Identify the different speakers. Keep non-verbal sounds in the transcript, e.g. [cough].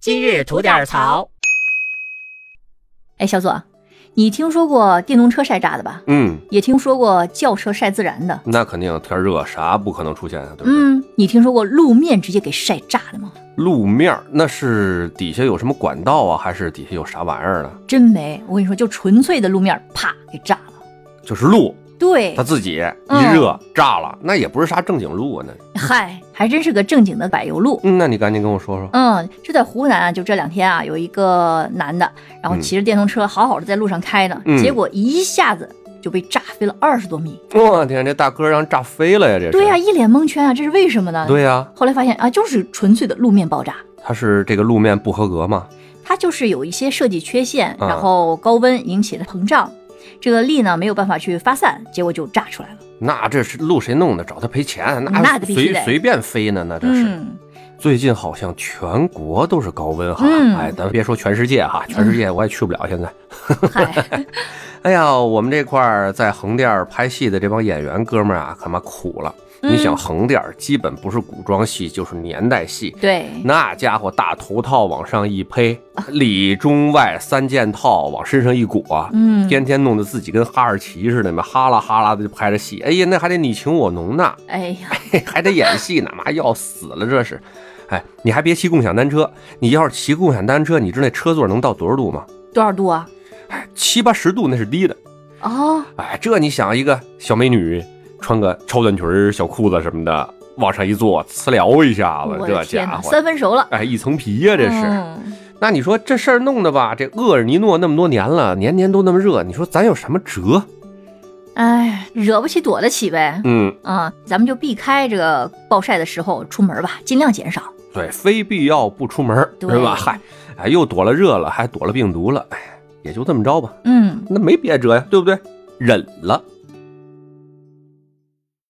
Speaker 1: 今日吐点槽。
Speaker 2: 哎，小左，你听说过电动车晒炸的吧？
Speaker 3: 嗯，
Speaker 2: 也听说过轿车晒自燃的。
Speaker 3: 那肯定天热啥不可能出现啊，对不对？
Speaker 2: 嗯，你听说过路面直接给晒炸的吗？
Speaker 3: 路面儿那是底下有什么管道啊，还是底下有啥玩意儿呢？
Speaker 2: 真没，我跟你说，就纯粹的路面啪给炸了。
Speaker 3: 就是路，
Speaker 2: 对
Speaker 3: 它，自己
Speaker 2: 嗯
Speaker 3: 一热炸了，那也不是啥正经路啊，那。
Speaker 2: 嗨，还真是个正经的柏油路。
Speaker 3: 嗯，那你赶紧跟我说说。
Speaker 2: 嗯，就在湖南啊，就这两天啊，有一个男的，然后骑着电动车好好的在路上开呢，
Speaker 3: 嗯
Speaker 2: 结果一下子就被炸飞了二十多米。
Speaker 3: 我天，这大哥让炸飞了呀，这是。
Speaker 2: 对呀、一脸蒙圈啊，这是为什么呢？
Speaker 3: 对呀、
Speaker 2: 后来发现啊，就是纯粹的路面爆炸。
Speaker 3: 他是这个路面不合格吗？
Speaker 2: 它就是有一些设计缺陷，
Speaker 3: 啊
Speaker 2: 然后高温引起的膨胀，这个力呢没有办法去发散，结果就炸出来了。
Speaker 3: 那这是路谁弄的？找他赔钱，
Speaker 2: 那
Speaker 3: 那
Speaker 2: 得必须
Speaker 3: 随
Speaker 2: 得
Speaker 3: 随便飞呢？那这是。
Speaker 2: 嗯，
Speaker 3: 最近好像全国都是高温哈，
Speaker 2: 嗯
Speaker 3: 哎，咱别说全世界哈，全世界我也去不了现在。 [laughs]
Speaker 2: 嗨，
Speaker 3: 哎呀，我们这块儿在横店儿拍戏的这帮演员哥们儿啊，他妈苦了。
Speaker 2: 嗯
Speaker 3: 你想，横店儿基本不是古装戏就是年代戏，
Speaker 2: 对，
Speaker 3: 那家伙大头套往上一披，里中外三件套往身上一裹，
Speaker 2: 嗯
Speaker 3: 天天弄得自己跟哈士奇似的嘛，哈啦哈啦的就拍着戏。哎呀，那还得你情我浓呢， [laughs]
Speaker 2: 哎呀，
Speaker 3: 还得演戏呢，妈要死了这是。哎，你还别骑共享单车，你要是骑共享单车，你知道那车座能到多少度吗？
Speaker 2: 多少度啊？
Speaker 3: 七八十度那是低的。
Speaker 2: 哦，
Speaker 3: 哎，这你想一个小美女穿个超短裙儿、小裤子什么的，往上一坐，呲撩一下子
Speaker 2: 我，
Speaker 3: 这
Speaker 2: 的
Speaker 3: 家
Speaker 2: 天哪，
Speaker 3: 伙，
Speaker 2: 三分熟了，
Speaker 3: 哎，一层皮呀、这是。
Speaker 2: 嗯
Speaker 3: 那你说这事儿弄的吧，这厄尔尼诺那么多年了，年年都那么热，你说咱有什么辙？
Speaker 2: 嗯哎，惹不起躲得起呗。
Speaker 3: 嗯，
Speaker 2: 啊、咱们就避开这个暴晒的时候出门吧，尽量减少。
Speaker 3: 对，非必要不出门儿，
Speaker 2: 对
Speaker 3: 是吧？嗨，哎，又躲了热了，还躲了病毒了，哎，也就这么着吧，
Speaker 2: 嗯，
Speaker 3: 那没别辙呀，对不对？忍了，